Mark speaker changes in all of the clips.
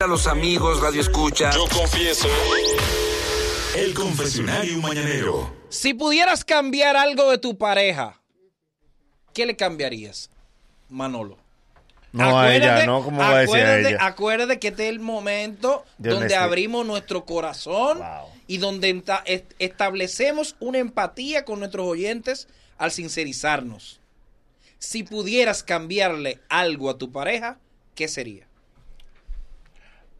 Speaker 1: a los amigos, radio escucha.
Speaker 2: Yo confieso. El confesionario mañanero.
Speaker 3: Si pudieras cambiar algo de tu pareja, ¿qué le cambiarías, Manolo?
Speaker 4: No, a ella, no, ¿cómo va a decir a
Speaker 3: acuérdate-
Speaker 4: ella?
Speaker 3: acuérdate que este es el momento
Speaker 4: Dios me
Speaker 3: donde
Speaker 4: esté-
Speaker 3: abrimos nuestro corazón
Speaker 4: Wow.
Speaker 3: y donde enta- est- establecemos una empatía con nuestros oyentes al sincerizarnos. Si pudieras cambiarle algo a tu pareja, ¿qué sería?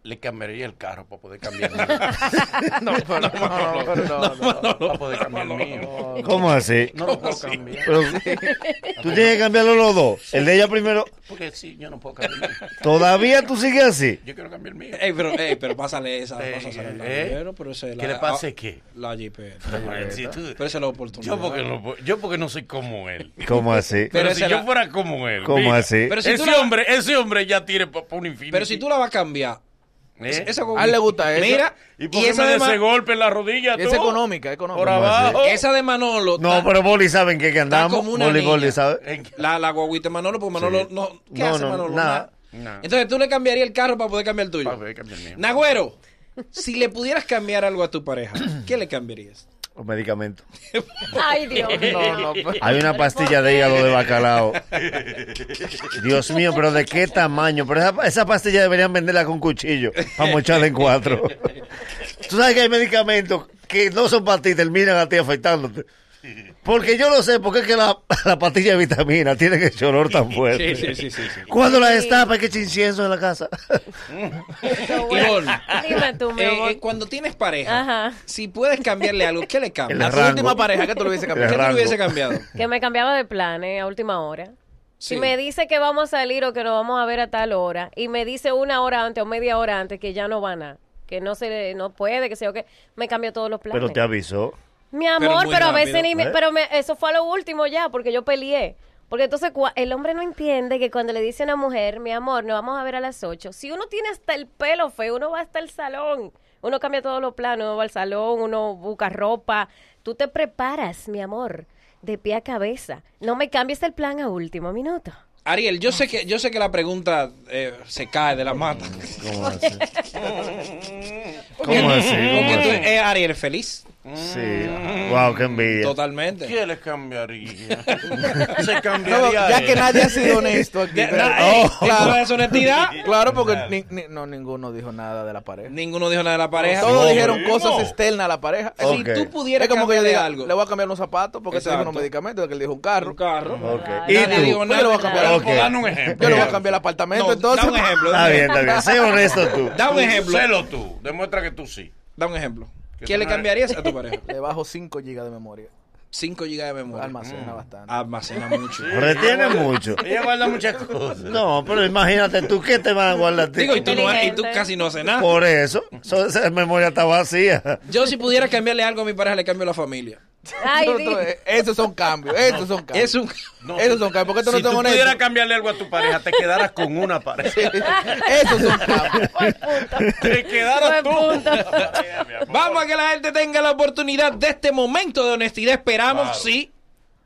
Speaker 5: Le cambiaría el carro para poder cambiar el mío. no, pero no, no, no, no, para poder cambiar el mío.
Speaker 4: ¿Cómo así?
Speaker 5: No lo puedo cambiar.
Speaker 4: Pero- tú tienes que cambiarlo los dos. El de ella primero.
Speaker 5: Porque sí, yo no puedo cambiar el mío.
Speaker 4: ¿Todavía tú sigues así?
Speaker 5: Yo quiero cambiar el mío.
Speaker 3: Ey, pero, ey, pero pásale esa.
Speaker 5: Ey,
Speaker 3: pásasela al
Speaker 5: eh.
Speaker 3: lavadero, pero ese- la- ah,
Speaker 5: ¿Qué le pase qué?
Speaker 3: La jipeta.
Speaker 5: Sí, tú-
Speaker 3: Pero esa es la oportunidad.
Speaker 5: yo, porque no, puedo- yo porque no soy como él.
Speaker 4: ¿Cómo así?
Speaker 3: Pero
Speaker 5: Pero,
Speaker 3: esa
Speaker 5: si yo
Speaker 3: la-
Speaker 5: fuera como él.
Speaker 4: ¿Cómo
Speaker 5: mira,
Speaker 4: así?
Speaker 3: Pero si tú
Speaker 5: ese,
Speaker 3: la-
Speaker 5: hombre, ese hombre ya tire para un infinito.
Speaker 3: Pero si tú la vas a cambiar.
Speaker 5: ¿Eh?
Speaker 3: Esa con-
Speaker 6: A él le gusta eso.
Speaker 3: Mira,
Speaker 5: ¿Y
Speaker 3: y,
Speaker 5: por qué
Speaker 3: esa,
Speaker 5: me
Speaker 3: de
Speaker 5: da ese
Speaker 3: Ma-
Speaker 5: golpe en la rodilla?
Speaker 6: Es
Speaker 5: tú?
Speaker 6: económica, es
Speaker 5: Por
Speaker 6: económica.
Speaker 5: abajo.
Speaker 3: esa de Manolo.
Speaker 4: No,
Speaker 3: ta-
Speaker 4: pero Boli saben que, que andamos.
Speaker 3: como una
Speaker 4: Boli,
Speaker 3: niña.
Speaker 4: Boli, ¿sabe?
Speaker 5: En-
Speaker 3: La, la guaguita de Manolo, porque Manolo no. ¿Qué
Speaker 4: No,
Speaker 3: hace
Speaker 4: no,
Speaker 3: Manolo?
Speaker 4: nada.
Speaker 5: Nada.
Speaker 3: Entonces tú le cambiarías el carro para poder cambiar el tuyo.
Speaker 5: Para poder cambiar el mío.
Speaker 3: Nagüero, si le pudieras cambiar algo a tu pareja, ¿qué le cambiarías?
Speaker 4: Los medicamentos.
Speaker 7: Ay, Dios.
Speaker 6: No, no, pues.
Speaker 4: Hay una pastilla de hígado de bacalao. Dios mío, pero ¿de qué tamaño? Pero esa, esa pastilla deberían venderla con cuchillo para mocharla en cuatro. Tú sabes que hay medicamentos que no son para ti, terminan a ti afectándote. Porque yo no sé por qué es que la, la pastilla de vitamina tiene ese olor tan fuerte.
Speaker 3: sí, sí. sí.
Speaker 4: Cuando la destapa hay que echar incienso en la casa.
Speaker 7: Eso,
Speaker 3: Ivonne.
Speaker 7: bueno. Dime tú, mi
Speaker 3: Eh,
Speaker 7: amor.
Speaker 3: eh, cuando tienes pareja,
Speaker 7: Ajá.
Speaker 3: si puedes cambiarle algo, ¿qué le cambias?
Speaker 4: El
Speaker 6: A tu
Speaker 4: rango.
Speaker 6: última pareja que tú lo hubiese
Speaker 3: ¿Qué
Speaker 6: cambiado.
Speaker 4: El
Speaker 3: tú le
Speaker 4: rango.
Speaker 3: hubiese cambiado?
Speaker 7: Que me cambiaba de planes a última hora.
Speaker 3: Sí.
Speaker 7: Si me dice que vamos a salir o que nos vamos a ver a tal hora y me dice una hora antes o media hora antes que ya no van a, que no se le- no puede, que sé yo qué, me cambió todos los planes.
Speaker 4: Pero te avisó.
Speaker 7: Mi
Speaker 3: Pero
Speaker 7: amor,
Speaker 3: muy
Speaker 7: pero, a veces
Speaker 3: rápido,
Speaker 7: ni me,
Speaker 4: ¿eh?
Speaker 7: pero me- eso fue a lo último ya, porque yo peleé. Porque entonces cua- el hombre no entiende que cuando le dice a una mujer, mi amor, nos vamos a ver a las 8, si uno tiene hasta el pelo feo, uno va hasta el salón, uno cambia todos los planos, uno va al salón, uno busca ropa, tú te preparas, mi amor, de pie a cabeza. No me cambies el plan a último minuto.
Speaker 3: Ariel, yo sé que yo sé que la pregunta eh, se cae de la mata.
Speaker 4: ¿Cómo así? ¿Cómo así? ¿Cómo
Speaker 3: Porque tú,
Speaker 4: así?
Speaker 3: eh, Ariel feliz,
Speaker 4: Sí. Wow, qué envidia.
Speaker 3: totalmente.
Speaker 5: ¿Qué le cambiaría? Se
Speaker 6: No,
Speaker 5: cambiaría.
Speaker 6: ya
Speaker 5: él.
Speaker 6: que nadie ha sido honesto aquí.
Speaker 3: De-
Speaker 6: pero-
Speaker 3: na- eh,
Speaker 6: Oh,
Speaker 3: eh,
Speaker 6: claro,
Speaker 3: la deshonestidad.
Speaker 6: claro, porque ni- ni- no, ninguno dijo nada de la pareja.
Speaker 3: Ninguno dijo nada de la pareja.
Speaker 6: Todos
Speaker 4: No,
Speaker 6: dijeron
Speaker 5: primo.
Speaker 6: cosas externas a la pareja. Es
Speaker 4: Ok.
Speaker 3: Si tú pudieras
Speaker 6: como que yo
Speaker 3: cambiarle
Speaker 6: diga,
Speaker 3: algo,
Speaker 6: le voy a cambiar unos zapatos porque te dijo
Speaker 3: Exacto.
Speaker 6: unos medicamentos, que él dijo un carro.
Speaker 3: un carro.
Speaker 4: Ok.
Speaker 7: Claro.
Speaker 4: ¿Y
Speaker 3: Nadie
Speaker 4: tú? Pues
Speaker 3: dijo
Speaker 6: Yo le voy a cambiar.
Speaker 3: nada.
Speaker 4: Ok.
Speaker 5: Dame un ejemplo.
Speaker 6: Yo le voy a cambiar el apartamento,
Speaker 3: No,
Speaker 6: entonces.
Speaker 3: Da un ejemplo. da
Speaker 4: Está
Speaker 3: un
Speaker 4: bien,
Speaker 3: ejemplo.
Speaker 4: está bien. Sé honesto tú.
Speaker 3: Da un
Speaker 5: Tú,
Speaker 3: ejemplo.
Speaker 5: sélo tú. Demuestra que tú sí.
Speaker 3: Da un ejemplo.
Speaker 5: Que
Speaker 3: ¿Qué le
Speaker 5: tú no eres-
Speaker 3: cambiarías a tu pareja?
Speaker 6: Le bajo 5 gigas de memoria.
Speaker 3: 5 GB de memoria.
Speaker 6: Almacena
Speaker 3: Ah.
Speaker 6: bastante.
Speaker 3: Almacena mucho.
Speaker 4: Retiene mucho.
Speaker 5: Ella guarda muchas cosas.
Speaker 4: No, pero imagínate tú qué te van a guardar a ti?
Speaker 3: Digo, y tú, no, y tú
Speaker 7: Inteligente.
Speaker 3: casi no haces nada.
Speaker 4: Por eso, so- esa memoria está vacía.
Speaker 3: Yo si pudiera cambiarle algo a mi pareja, le cambio la familia.
Speaker 7: Ay, di-
Speaker 6: Entonces, eh, esos son cambios, esos son cambios.
Speaker 3: Es un...
Speaker 5: No,
Speaker 6: esos
Speaker 5: tú-
Speaker 6: son cambios, porque esto
Speaker 5: si
Speaker 6: no
Speaker 5: tú
Speaker 6: son honestos.
Speaker 5: pudieras cambiarle algo a tu pareja, te quedaras con una pareja.
Speaker 6: esos son cambios.
Speaker 7: buen punto.
Speaker 5: Te quedaras
Speaker 7: Buen
Speaker 5: tú.
Speaker 7: punto.
Speaker 5: Ay, mi amor.
Speaker 3: Vamos a que la gente tenga la oportunidad de este momento de honestidad. Esperamos, sí,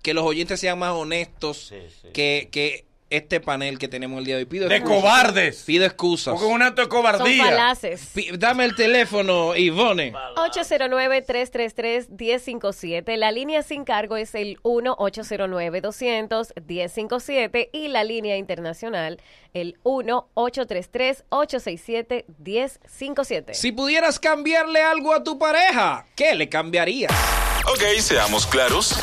Speaker 3: que los oyentes sean más honestos Que, que este panel que tenemos el día de hoy. Pido
Speaker 5: De
Speaker 3: excusas.
Speaker 5: cobardes.
Speaker 3: Pido excusas.
Speaker 5: Porque es un acto de
Speaker 7: Son
Speaker 5: cobardía.
Speaker 7: falaces.
Speaker 3: Pi- Dame el teléfono, Ivone.
Speaker 7: 809-333-1057. La línea sin cargo es el 1-809-200-1057 y la línea internacional el 1-833-867-1057.
Speaker 3: Si pudieras cambiarle algo a tu pareja, ¿qué le cambiarías?
Speaker 2: Ok, seamos claros.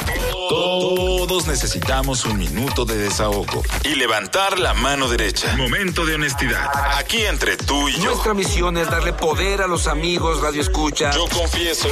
Speaker 2: Todos necesitamos un minuto de desahogo y levantar la mano derecha. Momento de honestidad. Aquí entre tú y yo.
Speaker 1: Nuestra misión es darle poder a los amigos, radio escucha.
Speaker 2: Yo confieso.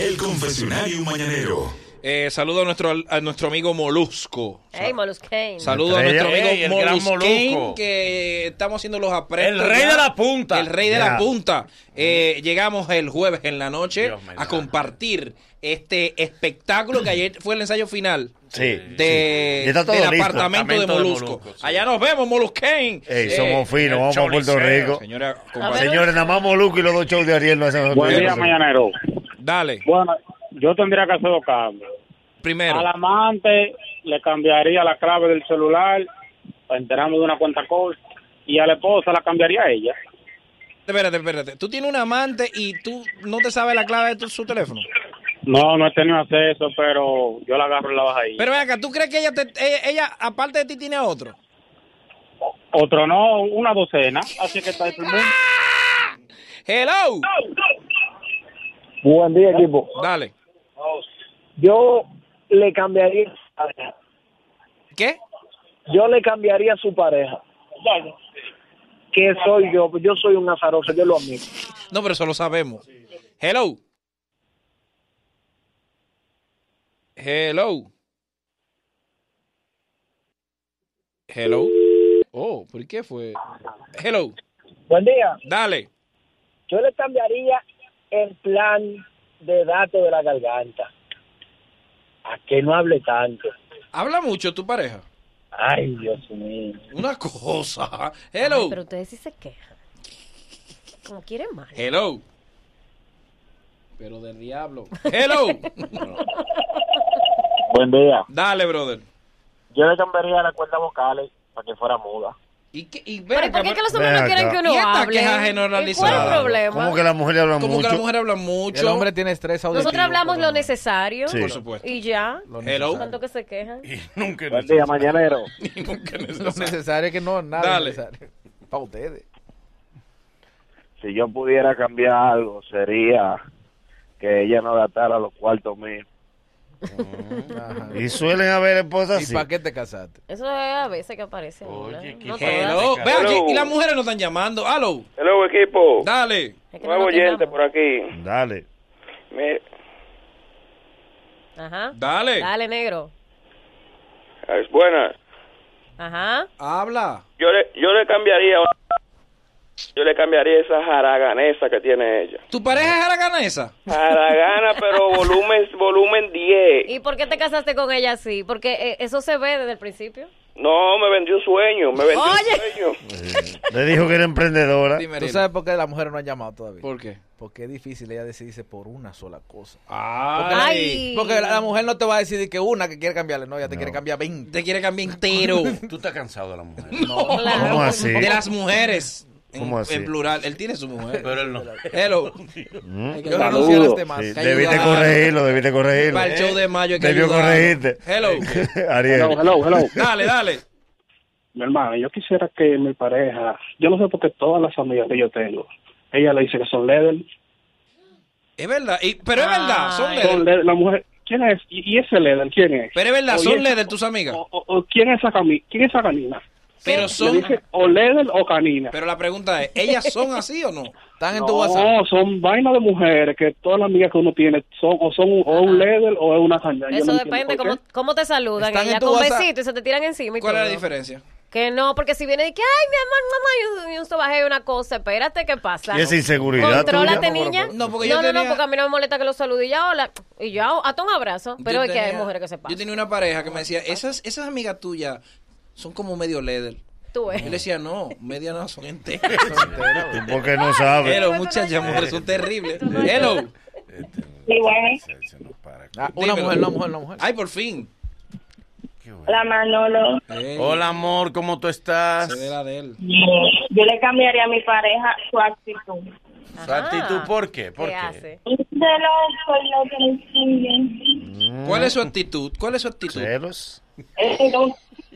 Speaker 2: El confesionario mañanero.
Speaker 3: Eh, saludo a nuestro, a nuestro amigo Molusco.
Speaker 7: Hey, Molusquén.
Speaker 3: Saludo a
Speaker 4: Estrella.
Speaker 3: nuestro amigo
Speaker 5: Ey, el gran
Speaker 3: Molusquín,
Speaker 5: Molusco.
Speaker 3: que estamos haciendo los apretos.
Speaker 5: El rey
Speaker 3: ya.
Speaker 5: de la punta.
Speaker 3: El rey de la
Speaker 4: Ya.
Speaker 3: punta. Eh, llegamos el jueves en la noche
Speaker 5: Dios me
Speaker 3: a
Speaker 5: libre.
Speaker 3: compartir este espectáculo que ayer fue el ensayo final.
Speaker 4: Sí.
Speaker 3: De,
Speaker 4: Ya está todo
Speaker 3: del
Speaker 4: listo.
Speaker 3: apartamento de
Speaker 5: Apartamento de
Speaker 3: Molusco.
Speaker 5: Molusco, sí.
Speaker 3: Allá nos vemos, Molusquén.
Speaker 4: Ey,
Speaker 3: Eh,
Speaker 4: somos finos, vamos a Puerto
Speaker 5: cholicero,
Speaker 4: Rico.
Speaker 3: Señora,
Speaker 7: A ver,
Speaker 4: Señores, nada más Moluco y los dos shows de Ariel no hacen
Speaker 8: Buen día,
Speaker 4: no sé.
Speaker 8: mañanero.
Speaker 3: dale.
Speaker 8: Bueno, yo tendría que hacer dos cambios.
Speaker 3: Primero.
Speaker 8: Al amante le cambiaría la clave del celular para enterarme de una cuenta corta. y a la esposa la cambiaría a ella.
Speaker 3: Espérate, espérate. Tú tienes un amante y tú no te sabes la clave de tu- su teléfono.
Speaker 8: No, no he tenido acceso, pero yo la agarro y la bajo ahí.
Speaker 3: Pero ven acá, ¿tú crees que ella, te- ella, ella, aparte de ti, tiene a otro?
Speaker 8: Otro no, una docena. Así que está disponible.
Speaker 3: ¡Hello!
Speaker 9: Buen día, equipo.
Speaker 3: Dale.
Speaker 9: Yo le cambiaría,
Speaker 3: ¿Qué?
Speaker 9: yo le cambiaría a su pareja. Que soy yo, yo soy un azaroso, yo lo admito.
Speaker 3: No, pero eso lo sabemos. Hello. Hello. Hello. Oh, ¿por qué fue? Hello.
Speaker 9: Buen día,
Speaker 3: Dale.
Speaker 9: yo le cambiaría el plan de datos de la garganta. A que no hable tanto.
Speaker 3: Habla mucho tu pareja.
Speaker 9: Ay, Dios mío.
Speaker 3: Una cosa. Hello.
Speaker 7: Ay, pero ustedes sí se quejan. Como quieren mal.
Speaker 3: Hello. Pero del diablo. Hello.
Speaker 9: Buen día,
Speaker 3: Dale, brother.
Speaker 9: yo le cambiaría la cuerda vocales para que fuera muda.
Speaker 3: ¿Y qué? Y ven
Speaker 7: Pero ¿y
Speaker 3: acá,
Speaker 7: por qué es que los
Speaker 4: Ven
Speaker 7: hombres no quieren
Speaker 4: acá.
Speaker 7: que uno
Speaker 3: ¿Y esta
Speaker 7: hable?
Speaker 3: queja
Speaker 7: ¿Y ¿Cuál es el
Speaker 3: generalizada?
Speaker 7: problema?
Speaker 4: ¿Cómo que la mujer habla
Speaker 3: como
Speaker 4: mucho?
Speaker 3: que la mujer habla mucho.
Speaker 6: El hombre tiene estrés auditivo.
Speaker 7: Nosotros hablamos
Speaker 6: por
Speaker 7: lo
Speaker 6: lo menos.
Speaker 7: necesario
Speaker 4: Sí.
Speaker 3: Por supuesto.
Speaker 7: y ya.
Speaker 6: Lo
Speaker 3: Hello.
Speaker 7: Tanto que se quejan.
Speaker 5: Y nunca
Speaker 9: Buen día, mañanero.
Speaker 3: Nunca es
Speaker 6: Lo
Speaker 3: necesario.
Speaker 6: necesario es que no, nada
Speaker 3: Dale.
Speaker 6: es necesario. Para ustedes.
Speaker 9: si yo pudiera cambiar algo, sería que ella no gastara los cuartos míos.
Speaker 6: Ajá.
Speaker 4: Y suelen haber esposas
Speaker 6: ¿Y
Speaker 4: así.
Speaker 6: para qué te casaste?
Speaker 7: Eso es a veces que aparece.
Speaker 5: Oye,
Speaker 7: una.
Speaker 5: qué
Speaker 7: no todas.
Speaker 3: Hello. Ve aquí, y las mujeres no están llamando. Hello.
Speaker 8: Hello, equipo.
Speaker 3: Dale.
Speaker 7: Es que
Speaker 8: Nuevo
Speaker 7: no te
Speaker 8: oyente
Speaker 7: llamamos.
Speaker 8: por aquí.
Speaker 4: Dale.
Speaker 8: Mire,
Speaker 7: Ajá.
Speaker 3: Dale.
Speaker 7: Dale, negro.
Speaker 8: es buena.
Speaker 7: Ajá.
Speaker 3: Habla.
Speaker 8: Yo le, yo le cambiaría. Yo le cambiaría esa jaraganesa que tiene ella.
Speaker 3: ¿Tu pareja es araganesa?
Speaker 8: Jaragana, pero volumen volumen 10.
Speaker 7: ¿Y por qué te casaste con ella así? Porque eh, eso se ve desde el principio.
Speaker 8: No, me vendió un sueño, me vendió
Speaker 7: Oye.
Speaker 8: un sueño.
Speaker 4: Le dijo que era emprendedora.
Speaker 3: Dime,
Speaker 6: ¿Tú
Speaker 3: Ariel.
Speaker 6: sabes por qué las mujeres no han llamado todavía?
Speaker 3: ¿Por qué?
Speaker 6: Porque es difícil ella decidirse por una sola cosa.
Speaker 3: Ay.
Speaker 7: Ay.
Speaker 6: Porque la, la mujer no te va a decidir que una que quiere cambiarle, no, ella te
Speaker 4: No.
Speaker 6: quiere cambiar 20.
Speaker 3: Te quiere cambiar entero.
Speaker 5: Tú estás cansado de la mujer.
Speaker 7: Claro.
Speaker 4: ¿Cómo así?
Speaker 3: De las mujeres. En,
Speaker 4: ¿Cómo así?
Speaker 3: en plural. Él tiene su mujer.
Speaker 5: Pero él no.
Speaker 3: Hello.
Speaker 4: Mm.
Speaker 6: Yo renuncio a este las demás.
Speaker 4: Sí,
Speaker 3: que
Speaker 4: debiste
Speaker 3: ayudar.
Speaker 4: corregirlo, debiste corregirlo.
Speaker 3: Para el show de mayo hay que
Speaker 4: Debió
Speaker 3: ayudar.
Speaker 4: eh. corregirte.
Speaker 3: Hello.
Speaker 4: Ariel.
Speaker 8: hello, hello.
Speaker 3: Dale, dale.
Speaker 8: Mi hermano, yo quisiera que mi pareja, yo no sé por qué todas las amigas que yo tengo, ella le dice que son level,
Speaker 3: Es verdad. Y- pero es
Speaker 7: Ay.
Speaker 3: verdad. Son
Speaker 8: son
Speaker 3: leather.
Speaker 8: level, la mujer, ¿quién es? ¿Y, y ese level quién es?
Speaker 3: Pero es verdad.
Speaker 8: O, ¿y
Speaker 3: Son
Speaker 8: ese-
Speaker 3: leather tus amigas.
Speaker 8: O, o- o ¿quién, es esa cami- ¿Quién es esa canina?
Speaker 3: Pero
Speaker 8: Le
Speaker 3: son.
Speaker 8: dice o level o canina.
Speaker 3: Pero la pregunta es: ¿ellas son así o no?
Speaker 6: Están en tu WhatsApp.
Speaker 8: No, Oh, son vainas de mujeres que todas las amigas que uno tiene son o son un- o un level o es una canina. Yo
Speaker 7: Eso
Speaker 8: no entiendo
Speaker 7: depende
Speaker 8: por
Speaker 7: cómo,
Speaker 8: qué.
Speaker 7: cómo te saludan.
Speaker 6: Están
Speaker 7: Ella
Speaker 6: en tu
Speaker 7: con
Speaker 6: WhatsApp.
Speaker 7: besito y se te tiran encima. Y
Speaker 3: ¿Cuál es la
Speaker 7: todo.
Speaker 3: diferencia?
Speaker 7: Que no, porque si viene y que, ay, mi amor, mamá, y un- y un sobajeo y una cosa, espérate, ¿qué pasa?
Speaker 4: Y esa inseguridad
Speaker 7: Contrólate,
Speaker 4: tuya.
Speaker 7: niña.
Speaker 3: No, porque yo
Speaker 7: no, no,
Speaker 3: tenía-
Speaker 7: porque a mí no me molesta que lo salude. Y ya, hola. Y ya, hasta un abrazo. Pero
Speaker 3: Yo
Speaker 7: es que hay
Speaker 3: tenía-
Speaker 7: mujeres que se
Speaker 3: Yo
Speaker 7: pasan.
Speaker 3: tenía una pareja que me decía, esas, esas amigas tuyas son como medio leather.
Speaker 7: Tú
Speaker 3: Yo
Speaker 7: ves.
Speaker 3: le decía, no, media no, son enteras.
Speaker 4: ¿Tú por qué no sabes?
Speaker 7: Pues,
Speaker 3: Hello, muchachas, mujeres, son terribles. Hello.
Speaker 5: Este,
Speaker 10: Sí, bueno,
Speaker 5: se, se nos para.
Speaker 6: Ah, una
Speaker 3: Dímelo.
Speaker 6: mujer, una mujer, una mujer.
Speaker 3: Ay, por fin.
Speaker 5: Qué bueno.
Speaker 10: la Manolo.
Speaker 3: Hey,
Speaker 5: Hola, amor, ¿cómo tú estás?
Speaker 3: se ve la de él.
Speaker 10: Yo le cambiaría a mi pareja su actitud.
Speaker 5: Su actitud, ¿por qué? ¿Por
Speaker 7: ¿Qué
Speaker 5: qué?
Speaker 7: hace?
Speaker 10: Celoso y no tiene distingue.
Speaker 5: Eh.
Speaker 3: ¿Cuál es su actitud? ¿Cuál es su actitud?
Speaker 4: ¿Celos?
Speaker 10: Es que yo-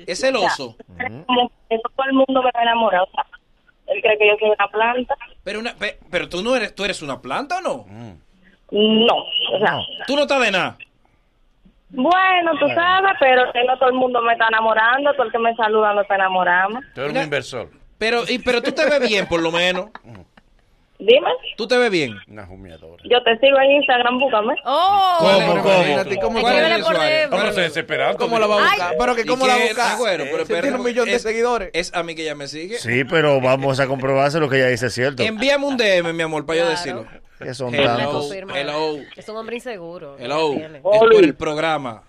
Speaker 3: Es celoso.
Speaker 10: como que todo el mundo me va a enamorar. o sea, él cree que yo soy una planta.
Speaker 3: Pero una, pe- pero tú no eres, tú eres una planta o no?
Speaker 5: Mm.
Speaker 10: No, o sea,
Speaker 3: Tú no estás de nada.
Speaker 10: bueno, tú sabes, pero que no todo el mundo me está enamorando, todo el que me saluda no está enamorado.
Speaker 5: Tú eres
Speaker 3: Mira.
Speaker 5: un inversor.
Speaker 3: Pero, y, pero tú te ves bien, por lo menos.
Speaker 10: Dime,
Speaker 3: Tú te ves bien.
Speaker 5: Una jumeadora.
Speaker 10: yo te sigo en Instagram, búscame.
Speaker 7: ¡Oh!
Speaker 4: ¿Cómo, cómo?
Speaker 6: Imagínate cómo,
Speaker 3: ¿Cuál
Speaker 7: Escríbele
Speaker 3: es
Speaker 7: por
Speaker 3: el usuario?
Speaker 7: DM.
Speaker 5: Vamos a desesperar.
Speaker 6: cómo la va a buscar. Pero que
Speaker 3: ¿Y
Speaker 6: cómo la va a
Speaker 3: qué?
Speaker 6: buscar.
Speaker 3: Ah, bueno, pero
Speaker 6: Si Eh, tiene
Speaker 3: espérate,
Speaker 6: un millón de
Speaker 3: es-
Speaker 6: seguidores.
Speaker 3: Es a mí que ella me sigue.
Speaker 4: Sí, pero vamos a comprobar si lo que ella dice es cierto.
Speaker 3: Envíame un DM, mi amor, para yo
Speaker 7: Claro.
Speaker 3: decirlo.
Speaker 4: Que son
Speaker 3: Hello.
Speaker 7: La
Speaker 4: tantos.
Speaker 7: confirma.
Speaker 3: Hello.
Speaker 7: Es un hombre inseguro.
Speaker 3: Hello.
Speaker 7: Ya tiene.
Speaker 3: Es
Speaker 9: Oli.
Speaker 3: por el programa.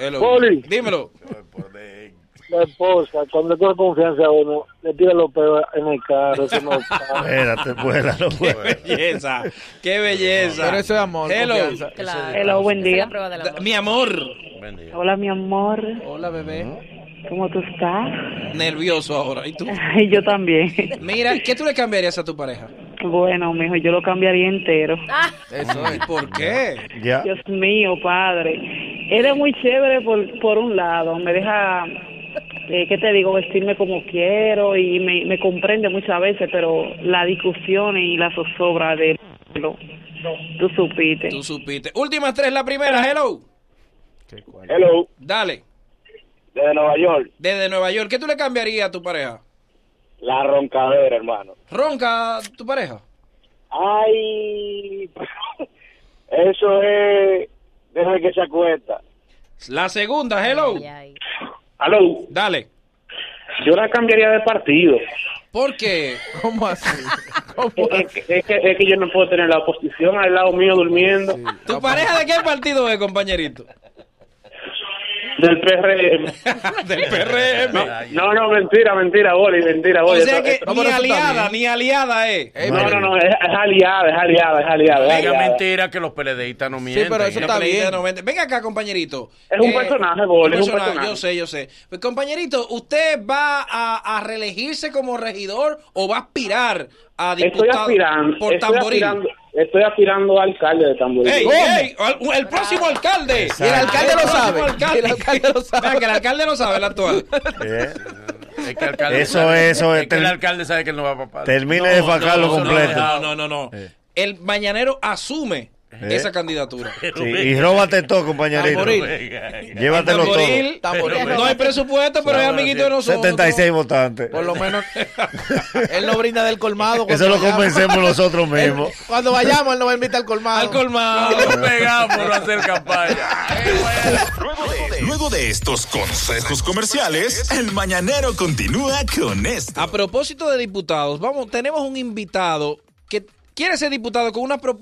Speaker 3: Hello.
Speaker 9: Oli.
Speaker 3: Dímelo.
Speaker 9: La esposa, cuando le coge confianza a uno, le tira los pedos en el carro. Eso no
Speaker 4: Espérate, vuela, no vuela.
Speaker 3: Belleza. Qué belleza.
Speaker 6: Pero eso es amor,
Speaker 3: Hello.
Speaker 6: confianza.
Speaker 7: Claro.
Speaker 10: Hello, buen
Speaker 7: Esa es
Speaker 10: día.
Speaker 7: la prueba del
Speaker 3: Da-
Speaker 7: amor.
Speaker 3: Mi amor.
Speaker 5: Buen día.
Speaker 10: Hola, mi amor.
Speaker 3: Hola, bebé.
Speaker 8: ¿Cómo tú estás?
Speaker 3: Nervioso ahora. ¿Y tú?
Speaker 8: Y yo también.
Speaker 3: Mira, ¿qué tú le cambiarías a tu pareja?
Speaker 8: Bueno, mijo, yo lo cambiaría entero.
Speaker 3: Eso ¿Y por qué?
Speaker 8: Dios mío, padre. Él es muy chévere por, por un lado. Me deja, eh, ¿qué te digo? Vestirme como quiero y me, me comprende muchas veces, pero la discusión y la zozobra de... lo- Tú supiste.
Speaker 3: Tú supiste. Últimas tres, la primera. Hello.
Speaker 7: Hello.
Speaker 3: Dale.
Speaker 7: Desde Nueva York.
Speaker 3: Desde Nueva York. ¿Qué tú le cambiarías a tu pareja?
Speaker 7: La roncadera, hermano.
Speaker 3: ¿Ronca tu pareja?
Speaker 7: Ay, eso es desde que se acuesta.
Speaker 3: La segunda, hello.
Speaker 7: Hello.
Speaker 3: Dale.
Speaker 7: Yo la cambiaría de partido.
Speaker 3: ¿Por qué?
Speaker 7: ¿Cómo así? Es, que, es que- es que yo no puedo tener la oposición al lado mío durmiendo
Speaker 3: ¿Tu pareja de qué partido es, compañerito?
Speaker 7: del PRM.
Speaker 3: Del PRM.
Speaker 7: No, no, mentira, mentira, Boli, mentira,
Speaker 3: O
Speaker 7: Boli.
Speaker 3: sea
Speaker 7: Eso-
Speaker 3: que
Speaker 7: no,
Speaker 3: ni
Speaker 7: pero eso está
Speaker 3: aliada,
Speaker 7: bien.
Speaker 3: ni aliada es.
Speaker 7: No, no, no, es, es aliada, es aliada, es aliada. es
Speaker 5: Diga
Speaker 7: aliada.
Speaker 5: mentira que los peledeístas no mienten.
Speaker 3: La peleita de 90. Venga acá, compañerito. Eh,
Speaker 7: Es un personaje, Boli, es un personaje.
Speaker 3: Yo sé, yo sé. Pues, compañerito, ¿usted va a, a reelegirse como regidor o va a aspirar a diputado
Speaker 7: Estoy aspirando,
Speaker 3: por
Speaker 7: estoy
Speaker 3: Tamboril?
Speaker 7: aspirando, estoy aspirando a alcalde de Tamboril.
Speaker 3: ¡Ey, ey! Al- El próximo alcalde.
Speaker 7: Exacto. El alcalde lo sabe.
Speaker 3: El alcalde lo sabe. que el alcalde lo sabe, el actual.
Speaker 4: Eh,
Speaker 5: Es que el alcalde
Speaker 4: Eso
Speaker 5: sabe-
Speaker 4: es, eso es.
Speaker 5: es que el
Speaker 4: Term-
Speaker 5: alcalde sabe que él no va a papá.
Speaker 4: Termine de facarlo completo.
Speaker 3: No, no, no. no. El mañanero asume
Speaker 4: Eh.
Speaker 3: esa candidatura.
Speaker 4: Sí, y róbate todo, compañerito.
Speaker 3: Tamboril.
Speaker 4: Llévatelo todo.
Speaker 3: Tamboril. No hay presupuesto, pero es amiguito de nosotros.
Speaker 4: 76 votantes.
Speaker 6: Por lo menos él no brinda del colmado. cuando
Speaker 4: Eso lo
Speaker 6: vayamos.
Speaker 4: convencemos nosotros mismos.
Speaker 6: Cuando vayamos, él nos va a invitar al colmado. Al
Speaker 3: colmado.
Speaker 5: pegamos por no hacer campaña.
Speaker 2: Luego de estos consejos comerciales, el mañanero continúa con esto.
Speaker 3: A propósito de diputados, vamos, tenemos un invitado que quiere ser diputado con una propuesta.